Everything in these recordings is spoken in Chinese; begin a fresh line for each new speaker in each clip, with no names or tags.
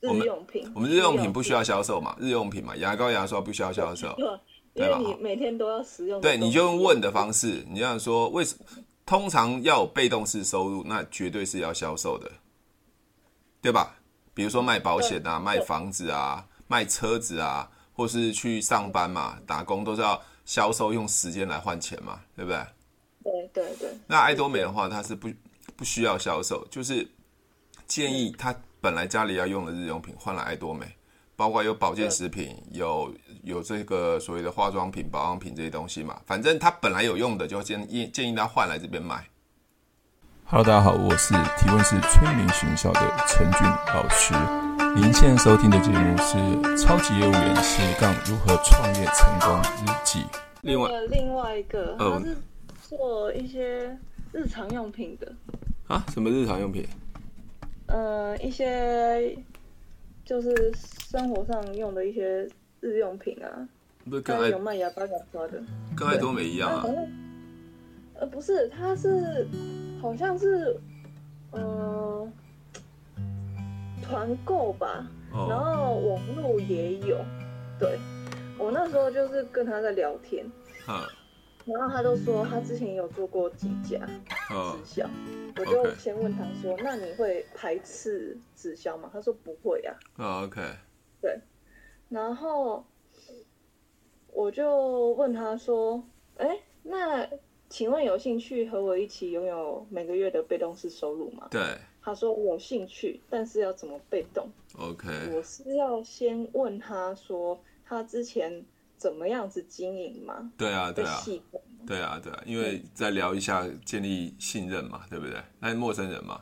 日用品，
我们日用品不需要销售嘛，日用品嘛，牙膏、牙刷不需要销售。
对，因
对
为
吧
你每天都要使用的
对，
东西。
你就用问的方式，你这样说，为什通常要有被动式收入，那绝对是要销售的，对吧？比如说卖保险啊，卖房子啊，卖车子啊，或是去上班嘛，打工都是要销售，用时间来换钱嘛，对不对？
对对对，
那爱多美的话，它是不不需要销售，就是建议他本来家里要用的日用品换来爱多美，包括有保健食品，有有这个所谓的化妆品、保养品这些东西嘛。反正他本来有用的，就建议建议他换来这边买。Hello，大家好，我是提问是春林学校的陈俊老师。您现在收听的节目是《超级业务员斜杠如何创业成功日记》。另外
呃另外一个，
呃
它是做一些日常用品的，
啊，什么日常用品？
呃，一些就是生活上用的一些日用品啊，
不是跟
它
爱
有卖牙膏、牙刷的。
跟爱多美一样
它
啊
好？像，呃，不是，它是好像是，呃，团购吧，
哦
然后网络也有，对。我那时候就是跟他在聊天，
啊
然后他就说他之前有做过几家
啊
直销，我就
OK
先问他说：“那你会排斥直销吗？”他说：“不会啊。
啊，OK，”
然后我就问他说：“哎，那请问有兴趣和我一起拥有每个月的被动式收入吗
对？”
他说：“有兴趣，但是要怎么被动？”
，OK，
我是要先问他说他之前怎么样子经营吗？
对啊，对
的
啊，
细分
对啊，对啊，因为再聊一下建立信任嘛，对不对？那是陌生人嘛，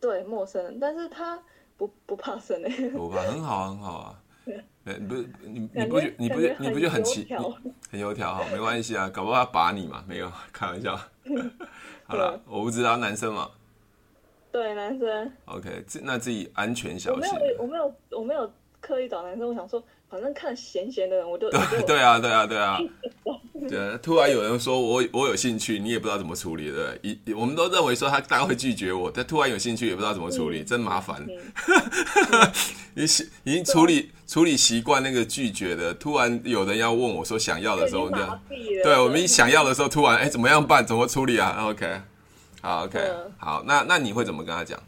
对陌生人，但是他不不怕生欸诶、
我吧，很好，很好啊。对，你不是你你
感
不
觉
觉你不觉
感觉
你不觉得很奇
油条
你很油条哈？没关系啊，搞不好他把你嘛，没有，开玩笑。好了，我不知道男生嘛
对男生，
，OK，自那自己安全
我
小
没
心。
有我没有我没有刻意找男生，我想说反正看闲闲的人我就我
对
就
对啊，对啊，对啊，对啊。突然有人说我我有兴趣，你也不知道怎么处理，对不对？一我们都认为说他大概会拒绝我，但突然有兴趣也不知道怎么处理，真麻烦。
嗯啊
你习已经处理处理习惯那个拒绝的，突然有人要问我说想要的时候，
已经
这
麻
样
痹了。
对啊我们一想要的时候，突然哎怎么样办？怎么处理啊？OK，好 OK，
嗯
好，那那你会怎么跟他讲？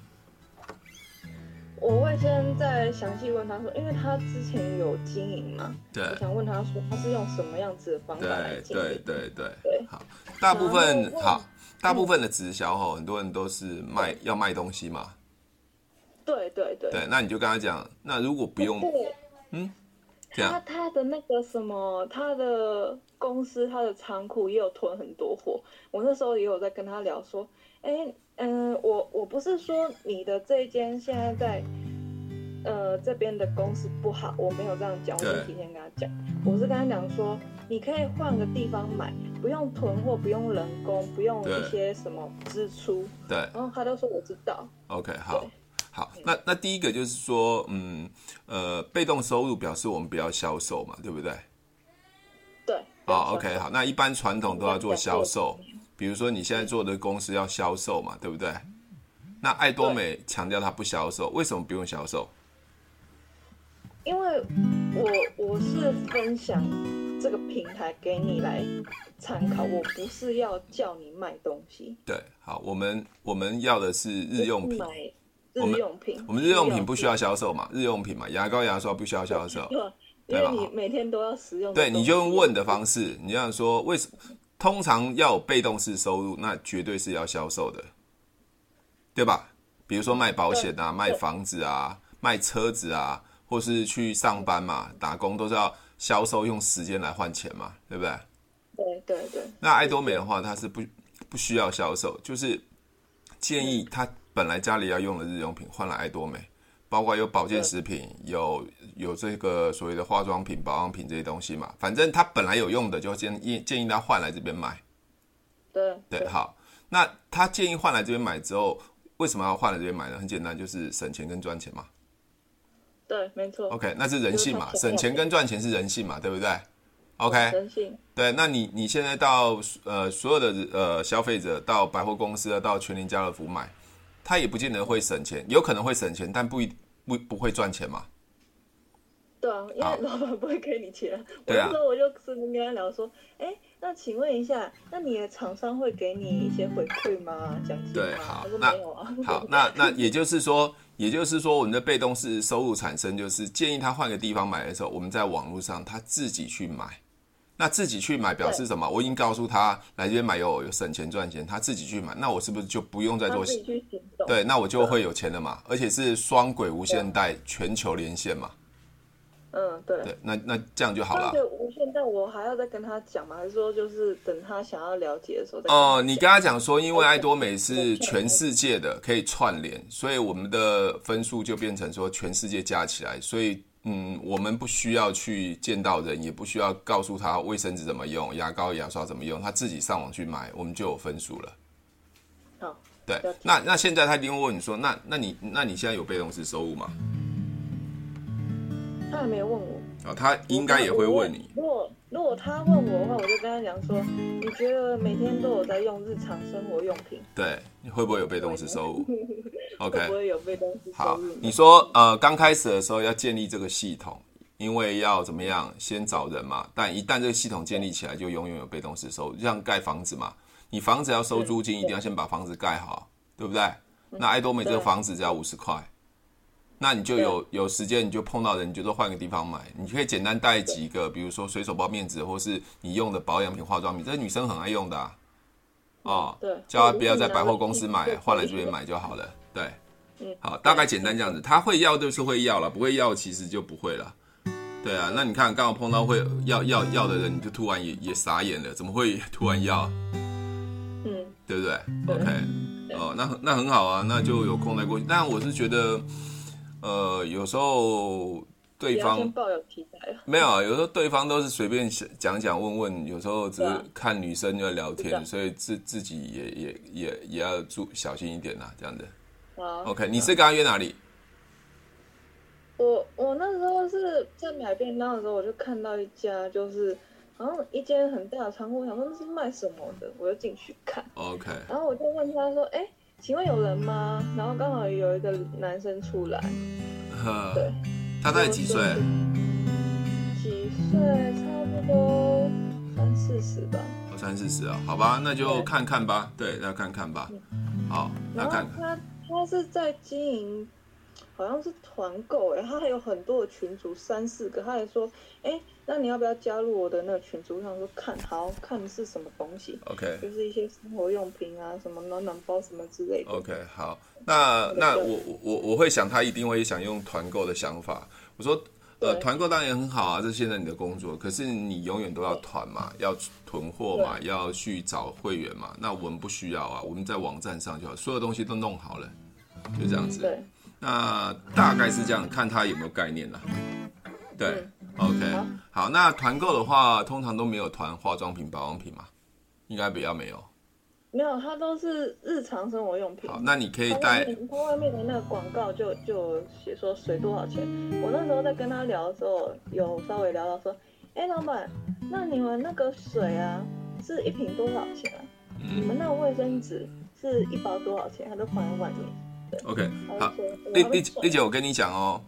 我会先再详细问他说，因为他之前有经营嘛，
对
我想问他说他是用什么样子的方法来
对
经
对
营？
对对。
对
好，大部分
然后
好，大部分的直销哈，很多人都是卖要卖东西嘛，
对对对
对，那你就跟他讲，那如果不用
对
这样
他他的那个什么，他的公司他的仓库也有囤很多货。我那时候也有在跟他聊说，哎、嗯、我我不是说你的这一间现在在，呃这边的公司不好，我没有这样讲，我
对
是提前跟他讲，我是跟他讲说，你可以换个地方买，不用囤货，不用人工，不用
对
一些什么支出。
对
然后他就说我知道，
，OK，好，好，那那第一个就是说，嗯，呃，被动收入表示我们不要销售嘛，对不对？
对。
哦，OK，好，那一般传统都要做销售，比如说你现在做的公司要销售嘛，对不对？那爱多美强调它不销售，为什么不用销售？
因为我我是分享这个平台给你来参考，我不是要叫你卖东西，
对，好，我们我们要的是日用品
买，日用品，
我们日用品不需要销售嘛，日用品嘛，牙膏、牙刷不需要销售，
对，因
对吧
为你每天都要使用的
对，
东西
你就用问的方式，你这样说，为什通常要有被动式收入，那绝对是要销售的，对吧？比如说卖保险啊，卖房子啊，卖车子啊，或是去上班嘛，打工都是要销售，用时间来换钱嘛，对不对？
对对对
那爱多美的话，它是不不需要销售，就是建议他本来家里要用的日用品换来爱多美，包括有保健食品，有有这个所谓的化妆品、保养品这些东西嘛，反正他本来有用的，就建议建议他换来这边买。
对
对，好，那他建议换来这边买之后，为什么要换来这边买呢？很简单，就是省钱跟赚钱嘛。
对，没错，
OK，那是人性嘛，
就是他想要
省钱跟赚钱是人性嘛，对不对？OK，
人性，
对，那你你现在到呃所有的呃消费者到百货公司啊，到全联家乐福买，他也不见得会省钱，有可能会省钱，但不一不不会赚钱嘛。
对啊，因
啊
为老板不会给你钱。我
对啊
那时候我就是跟他聊说，哎、那请问一下，那你的厂商会给你一些回馈吗？奖金吗？
对好
他说
那
没有啊。
好，那那也就是说，也就是说，我们的被动式收入产生，就是建议他换个地方买的时候，我们在网络上他自己去买。那自己去买表示什么？我已经告诉他来这边买有有省钱赚钱，他自己去买，那我是不是就不用再
他
做
自己嗯去行动。
对？那我就会有钱了嘛，而且是双轨无限带，全球连线嘛。
嗯，对。
对，那那这样就好
那
了。
个无限，但我还要再跟他讲吗？还是说就是等他想要了解的时候再跟他
哦，
讲
你跟他讲说，因为爱多美是全世界的，可以串联，所以我们的分数就变成说全世界加起来，所以嗯，我们不需要去见到人，也不需要告诉他卫生纸怎么用、牙膏、牙刷怎么用，他自己上网去买，我们就有分数了。
好，
对
了解，
那那现在他一定会问你说，那那你那你现在有被动式收入吗？
他还没有问我。
啊、他应该也会问你。
如果如果他问我的话，我就跟他讲说，你觉得每天都有在用日常生活用品，
对，你会不会有被动式收入？OK，
会不会有被动式收
好
入呢？，嗯
你说呃，刚开始的时候要建立这个系统，因为要怎么样，先找人嘛。但一旦这个系统建立起来，就永远有被动式收入，就像盖房子嘛，你房子要收租金，一定要先把房子盖好，对不对？那爱多美这个
对
房子只要五十块，那你就有有时间，你就碰到人，你就说换个地方买，你可以简单带几个，比如说随手包面纸，或是你用的保养品、化妆品，这女生很爱用的、啊，哦，
对，
叫他不要在百货公司
我已经拿
买，
了
换来这边。买就好了。对，
嗯
好，大概简单这样子。他会要就是会要了，不会要其实就不会了。对啊，那你看刚好碰到会要要要的人，你就突然也也傻眼了，怎么会突然要？
嗯，
对不对
对
？OK，哦，那很那很好啊，那就有空再过去。但我是觉得，呃，有时候
不
对
要
方
先抱有期待了。
没有啊，有时候对方都是随便讲讲问问，有时候只
对
是
啊
看女生就在聊
是
天，
的
所以自自己也也也也要注小心一点啦，这样子。
好
OK，你是跟他约哪里？
我我那时候是在买便当的时候，我就看到一家就是好像一间很大的仓库，我想说那是卖什么的，我就进去看，
OK，
然后我就问他说，哎、请问有人吗？然后刚好有一个男生出来，
呵
对，
他大概几岁？啊
几岁？差不多三四十吧。
我三四十啊，好吧，那就
对
看看吧。对，那看看吧。好，那
然后
看
他他是在经营，好像是团购哎，他还有很多的群组，三四个。他还说，哎、那你要不要加入我的那个群组？我想说看好看是什么东西，
OK
就是一些生活用品啊，什么暖暖包什么之类的。
OK，好，那
对
那我我我我会想他一定会想用团购的想法。我说，呃，
对
团购当然也很好啊，这是现在你的工作，可是你永远都要团嘛，要囤货嘛，要去找会员嘛。那我们不需要啊，我们在网站上就好，所有东西都弄好了，就这样子。
对，
那大概是这样，看他有没有概念啦。对、o
嗯
k 好，那团购的话，通常都没有团化妆品、保养品嘛，应该比较没有。
没有，他都是日常生活用品。
好，那你可以
他外
带
面他外面的那个广告就就写说水多少钱。我那时候在跟他聊的时候，有稍微聊到说，哎、老板，那你们那个水啊，是一瓶多少钱啊？你
嗯
们那个卫生纸是一包多少钱？他都放在外面。
OK。
他
好
就，说，
丽
我要
丽丽
水
姐，我跟你讲哦，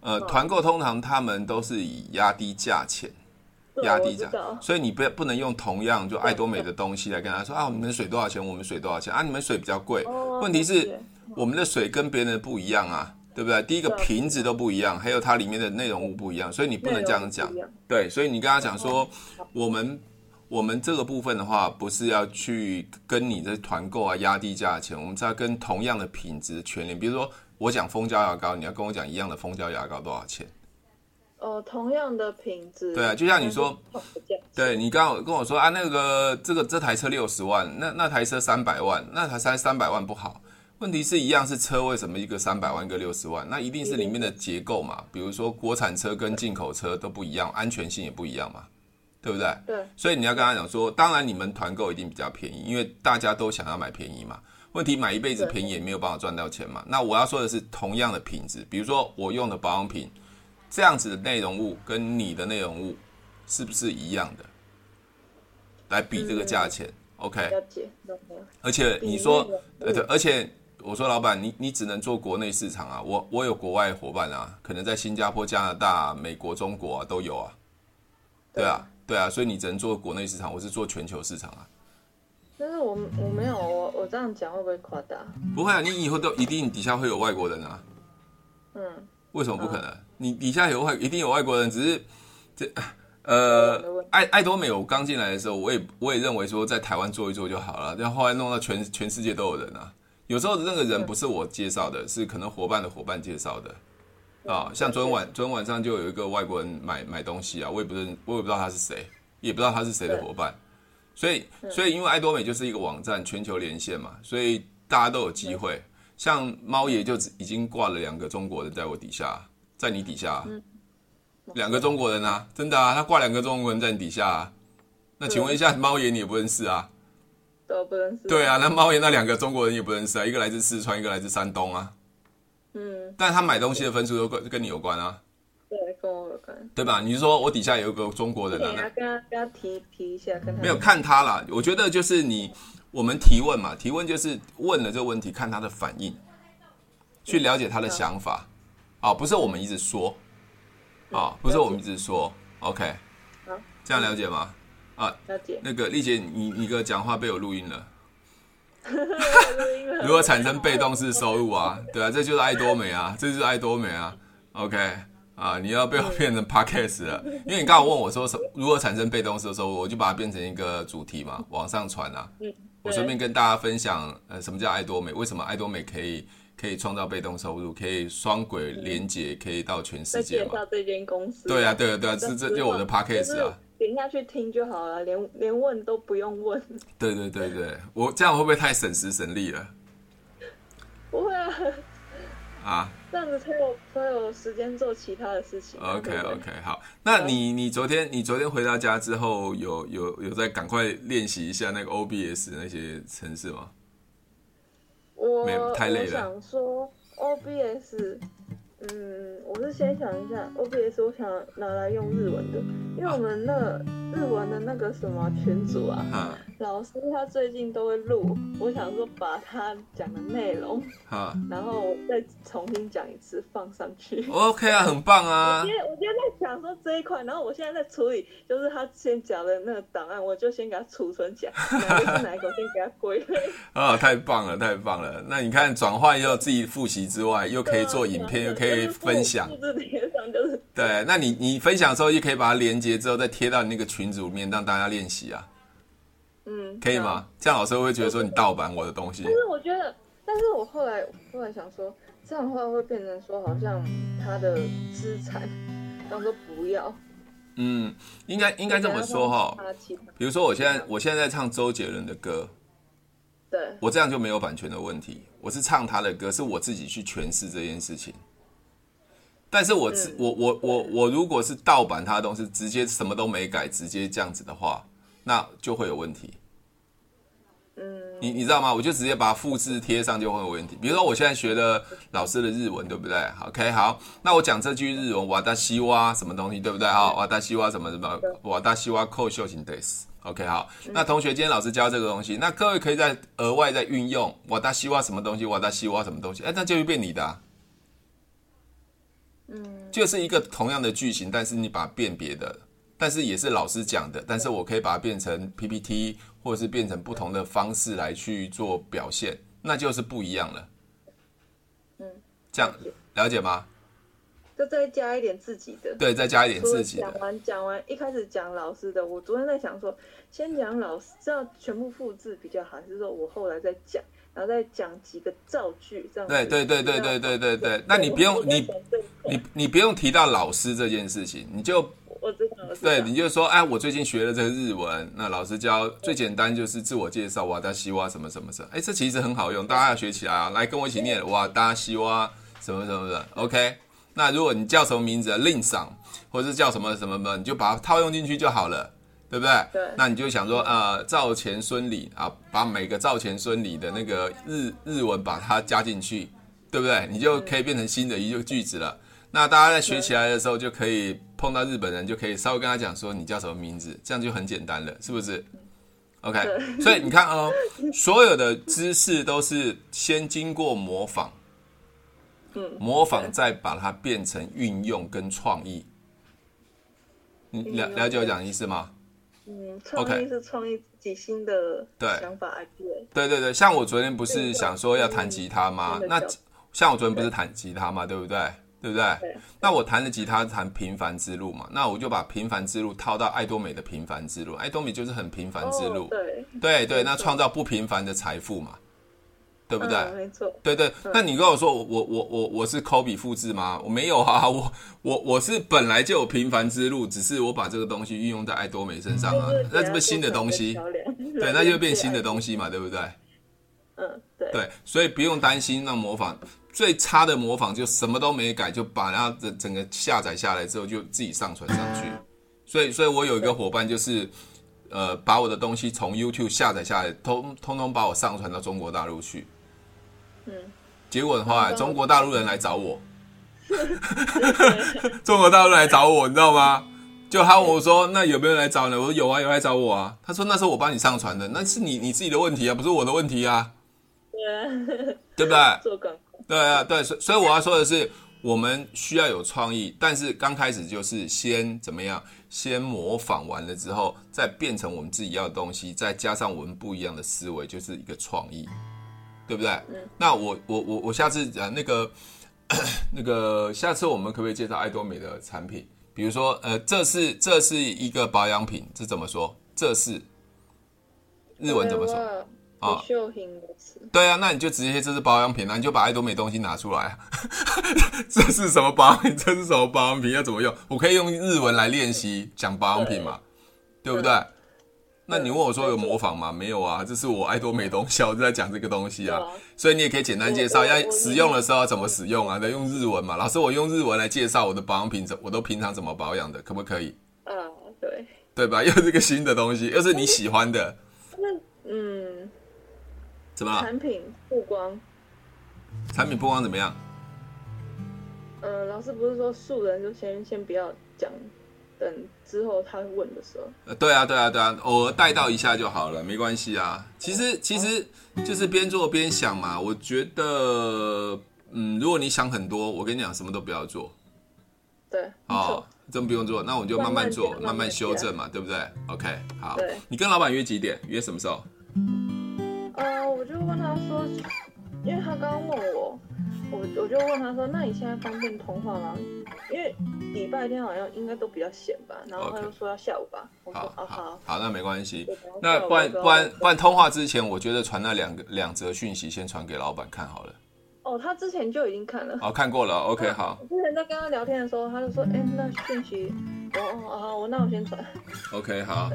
呃，
嗯
团购通常他们都是以压低价钱。
对
压
嗯我
低
知
价
道，嗯
所以你不要不能用同样就爱多美的东西来跟他说啊，我们的水多少钱？我们水多少钱啊？你们水比较贵，
哦
问题
了
是
解
我们的水跟别人的不一样啊，对不对？第一个
对
瓶子都不一样，还有它里面的内容物不一样，所以你不能这样讲
内容物不一样。
对，所以你跟他讲说，我们我们这个部分的话，不是要去跟你的团购啊压低价钱，我们是要跟同样的品质全联，比如说我讲蜂胶牙膏，你要跟我讲一样的蜂胶牙膏多少钱？
哦，同样的品质，
对啊就像你说
但是不同的价钱，
对你刚刚跟我说啊，那个这个这台车六十万，那那台车三百万，那台三三百万不好。问题是一样是车，为什么一个三百万，一个六十万？那一定是里面的结构嘛，比如说国产车跟进口车都不一样，安全性也不一样嘛，对不对？
对
所以你要跟他讲说，当然你们团购一定比较便宜，因为大家都想要买便宜嘛。问题买一辈子
对
便宜也没有办法赚到钱嘛。那我要说的是，同样的品质，比如说我用的保养品，这样子的内容物跟你的内容物是不是一样的？来比这个价钱、o
了
k
解，懂了
而且你说
比那个，
呃，对，而且我说老板，你你只能做国内市场啊，我我有国外伙伴啊，可能在新加坡、加拿大、美国、中国啊都有啊，对啊，对啊，所以你只能做国内市场，我是做全球市场啊。
但是我我没有我我这样讲会不会夸大？
不会啊，你以后都一定底下会有外国人啊，
嗯，
为什么不可能？你底下有外一定有外国人，只是这呃
没问题
爱爱多美，我刚进来的时候，我也我也认为说在台湾做一做就好了，但后来弄到全全世界都有人啊。有时候那个人不是我介绍的，是可能伙伴的伙伴介绍的。啊，像昨天晚昨天晚上就有一个外国人买买东西啊，我也不认，我也不知道他是谁，也不知道他是谁的伙伴，所以所以因为爱多美就是一个网站，全球连线嘛，所以大家都有机会。像猫爷就只已经挂了两个中国人在我底下，在你底下，两个中国人啊，真的啊，他挂两个中国人在你底下啊。那请问一下，猫爷你也不认识啊？
都不认识。
对，啊，那猫爷那两个中国人也不认识啊，一个来自四川，一个来自山东啊。
嗯，
但他买东西的分数都跟跟你有关啊，
对，跟我有关。
对吧？你是说我底下有一个中国人
对
啊，
啊，
那
跟他跟他提提一下，跟他
没有看他啦。我觉得就是你，我们提问嘛，提问就是问了这个问题，看他的反应，去了解他的想法啊，不是我们一直说啊，不是我们一直说，OK，
好
这样了解吗？
了解。
那个丽姐，你你的讲话被我录音了，
录音了
如何产生被动式收入啊？对啊，这就是爱多美啊，这就是爱多美啊。OK 啊，你要被我变成 podcast 了，因为你刚好问我说什如何产生被动式收入，我就把它变成一个主题嘛，往上传啊。我顺便跟大家分享，呃，什么叫爱多美？为什么爱多美可以可以创造被动收入，可以双轨连接，可以嗯到全世
再
界
介
嘛？
绍这间公司。
对啊，，对啊，对啊，这这就是我的 podcast 啊。。
点下去听就好了，连连问都不用问。
对对对对，我这样会不会太省时省力了
不会啊，
啊？
这样子才有才有时间做其他的事情啊。
OK
对不对
OK，好，那你你昨天你昨天回到家之后，有有有在赶快练习一下那个 OBS 那些程式吗？
我
没有太累了
我想说 OBS，嗯，我是先想一下 OBS，我想拿来用日文的，因为我们那个日文的那个什么群组啊，
哈
老师他最近都会录，我想说把他讲的内容，
哈
然后我再重新讲一次放上去。
，OK 啊，很棒啊
因，为 我今天在想说这一块，然后我现在在处理，就是他先讲的那个档案，我就先给他储存 起来，哪个是哪一个，我先给他归类。
啊，太棒了，太棒了。那你看，转换又自己复习之外，又可以 做影片，又可以分享
就。是脸上就是
对，那你你分享的时候，也可以把它连接之后再贴到你那个群组里面，让大家练习啊，
嗯，啊
可以吗？这样老师会觉得说你盗版我的东西
但是我觉得，但是我后来后来想说，这样的话会变成说，好像他的资产，当做不要，
嗯，应该应该这么说哈。
他其他
比如说，我现在我现在在唱周杰伦的歌，
对，
我这样就没有版权的问题。我是唱他的歌，是我自己去诠释这件事情。但是我自、
嗯
我我我我如果是盗版他的东西，直接什么都没改，直接这样子的话，那就会有问题。
嗯，
你你知道吗？我就直接把它复制贴上就会有问题。比如说我现在学了老师的日文，对不对？OK，好，那我讲这句日文，瓦达西哇什么东西，对不对？好，瓦达西哇什么什么，瓦达西哇扣秀型 days。OK，好，那同学今天老师教这个东西，那各位可以再额外再运用瓦达西哇什么东西，瓦达西哇什么东西，哎，那就会变你的、啊。嗯，就是一个同样的句型，但是你把它辨别的但是也是老师讲的，但是我可以把它变成 PPT，或者是变成不同的方式来去做表现，那就是不一样了。
嗯，
这样了解吗？
就再加一点自己的。
对，再加一点
除了
自己
讲
的，
完讲完，一开始讲老师的，我昨天在想说，先讲老师，这样全部复制比较好，还是说我后来再讲，然后再讲几个造句这样子？
对对对对对对对对。那你不用你你你不用提到老师这件事情，你就
我知道，我知道
对，你就说，哎，我最近学了这个日文，那老师教最简单就是自我介绍，哇达西哇什么什么什么，哎，这其实很好用，大家要学起来啊，来跟我一起念哇达西哇什么什么的，OK。那如果你叫什么名字啊，令赏，或者是叫什么什么什么，你就把它套用进去就好了，对不对？
对
那你就想说，呃，赵钱孙李啊，把每个赵钱孙李的那个日日文把它加进去，对不对？你就可以变成新的一个句子了。那大家在学起来的时候，就可以碰到日本人，就可以稍微跟他讲说你叫什么名字，这样就很简单了，是不是 OK，所以你看哦，所有的知识都是先经过模仿，
嗯，
模仿再把它变成运用跟创意。你了了解我讲的意思吗？
嗯，创
OK
意是创意自己新的
对
想法 idea，
对对对，像我昨天不是想说要弹吉他吗？
真的
那
有
像我昨天不是弹吉他嘛，对不对？对不对？
对
那我弹的吉他弹《平凡之路》嘛，那我就把《平凡之路》套到爱多美的《平凡之路》，爱多美就是很平凡之路，
哦、对，
对对，那创造不平凡的财富嘛，对不对？
嗯没错，
对对，那你跟我说我我我我我是抠笔复制吗？我没有啊，我我我是本来就有平凡之路，只是我把这个东西运用在爱多美身上啊
就是，
那
给
是不
它
是新的
多
东
层
西？
桥梁
对，那 就变新的东西嘛，对不对？
嗯，对，
对，所以不用担心那模仿。最差的模仿就什么都没改，就把它整整个下载下来之后就自己上传上去。所以，所以我有一个伙伴就是，呃，把我的东西从 YouTube 下载下来，通通通把我上传到中国大陆去。
嗯，
结果的话，
嗯
中国大陆人来找我， 中国大陆人来找我，你知道吗？就他问我说：“那有没有人来找你？”我说：“有啊，有来找我啊。”他说：“那是我帮你上传的，那是你你自己的问题啊，不是我的问题啊，
嗯对，
对不对？”
做广告，
对啊，对，所以所以我要说的是，我们需要有创意，但是刚开始就是先怎么样，先模仿完了之后，再变成我们自己要的东西，再加上我们不一样的思维，就是一个创意，对不对？
嗯
那我我我我下次呃那个 那个下次我们可不可以介绍爱多美的产品？比如说呃，这是这是一个保养品，这怎么说？这是日文怎么说？
说？
啊
不锈型的词，
对啊，那你就直接这是保养品啊，你就把爱多美东西拿出来啊。 这是什么保养品？这是什么保养品？要怎么用？我可以用日文来练习讲保养品嘛，对不对？那你问我说有模仿吗？没有啊，这是我爱多美东西啊，我就在讲这个东西啊
对啊。
所以你也可以简单介
我
绍，
我
要
我
使用的时候要怎么使用啊？得用日文嘛。老师，我用日文来介绍我的保养品，怎我都平常怎么保养的，可不可以？
啊，对，
对吧？又 是个新的东西，又是你喜欢的，
那嗯，
怎么了？
产品曝光，
产品曝光怎么样？
呃，老师不是说素人就先先不要讲，等之后他问的时候，
呃，对啊，对啊，对啊，偶尔带到一下就好了，没关系啊。其实其实就是边做边想嘛。我觉得，嗯，如果你想很多，我跟你讲，什么都不要做
对，
哦，真不用做，那我们就慢慢做，慢
慢慢
慢
加慢慢
修正嘛，对不对？OK，好
对。
你跟老板约几点？约什么时候？
没错，呃，我就问他说，因为他刚刚问我，我我就问他说，那你现在方便通话吗？因为礼拜天好像应该都比较闲吧，然后他
OK
就说要下午吧，我说
好
啊
好
好，
好，那没关系
对等一下。
那不然
我就
不然不然通话之前，我觉得传那两个两则讯息先传给老板看好了。
哦，他之前就已经看了。
好，看过了。OK，好
我之前在跟他聊天的时候，他就说：“哎、那讯息，我哦哦好，我那我先转。
，OK，好，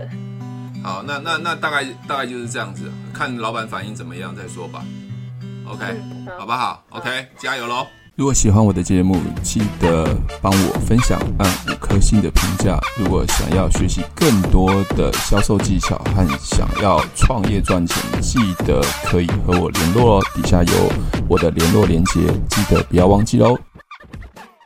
好，那那那大概大概就是这样子，看老板反应怎么样再说吧。OK，
嗯好
哎好不好？OK，加油喽！如果喜欢我的节目，记得帮我分享，按五颗星的评价。如果想要学习更多的销售技巧和想要创业赚钱，记得可以和我联络哦。底下有我的联络连接，记得不要忘记喽。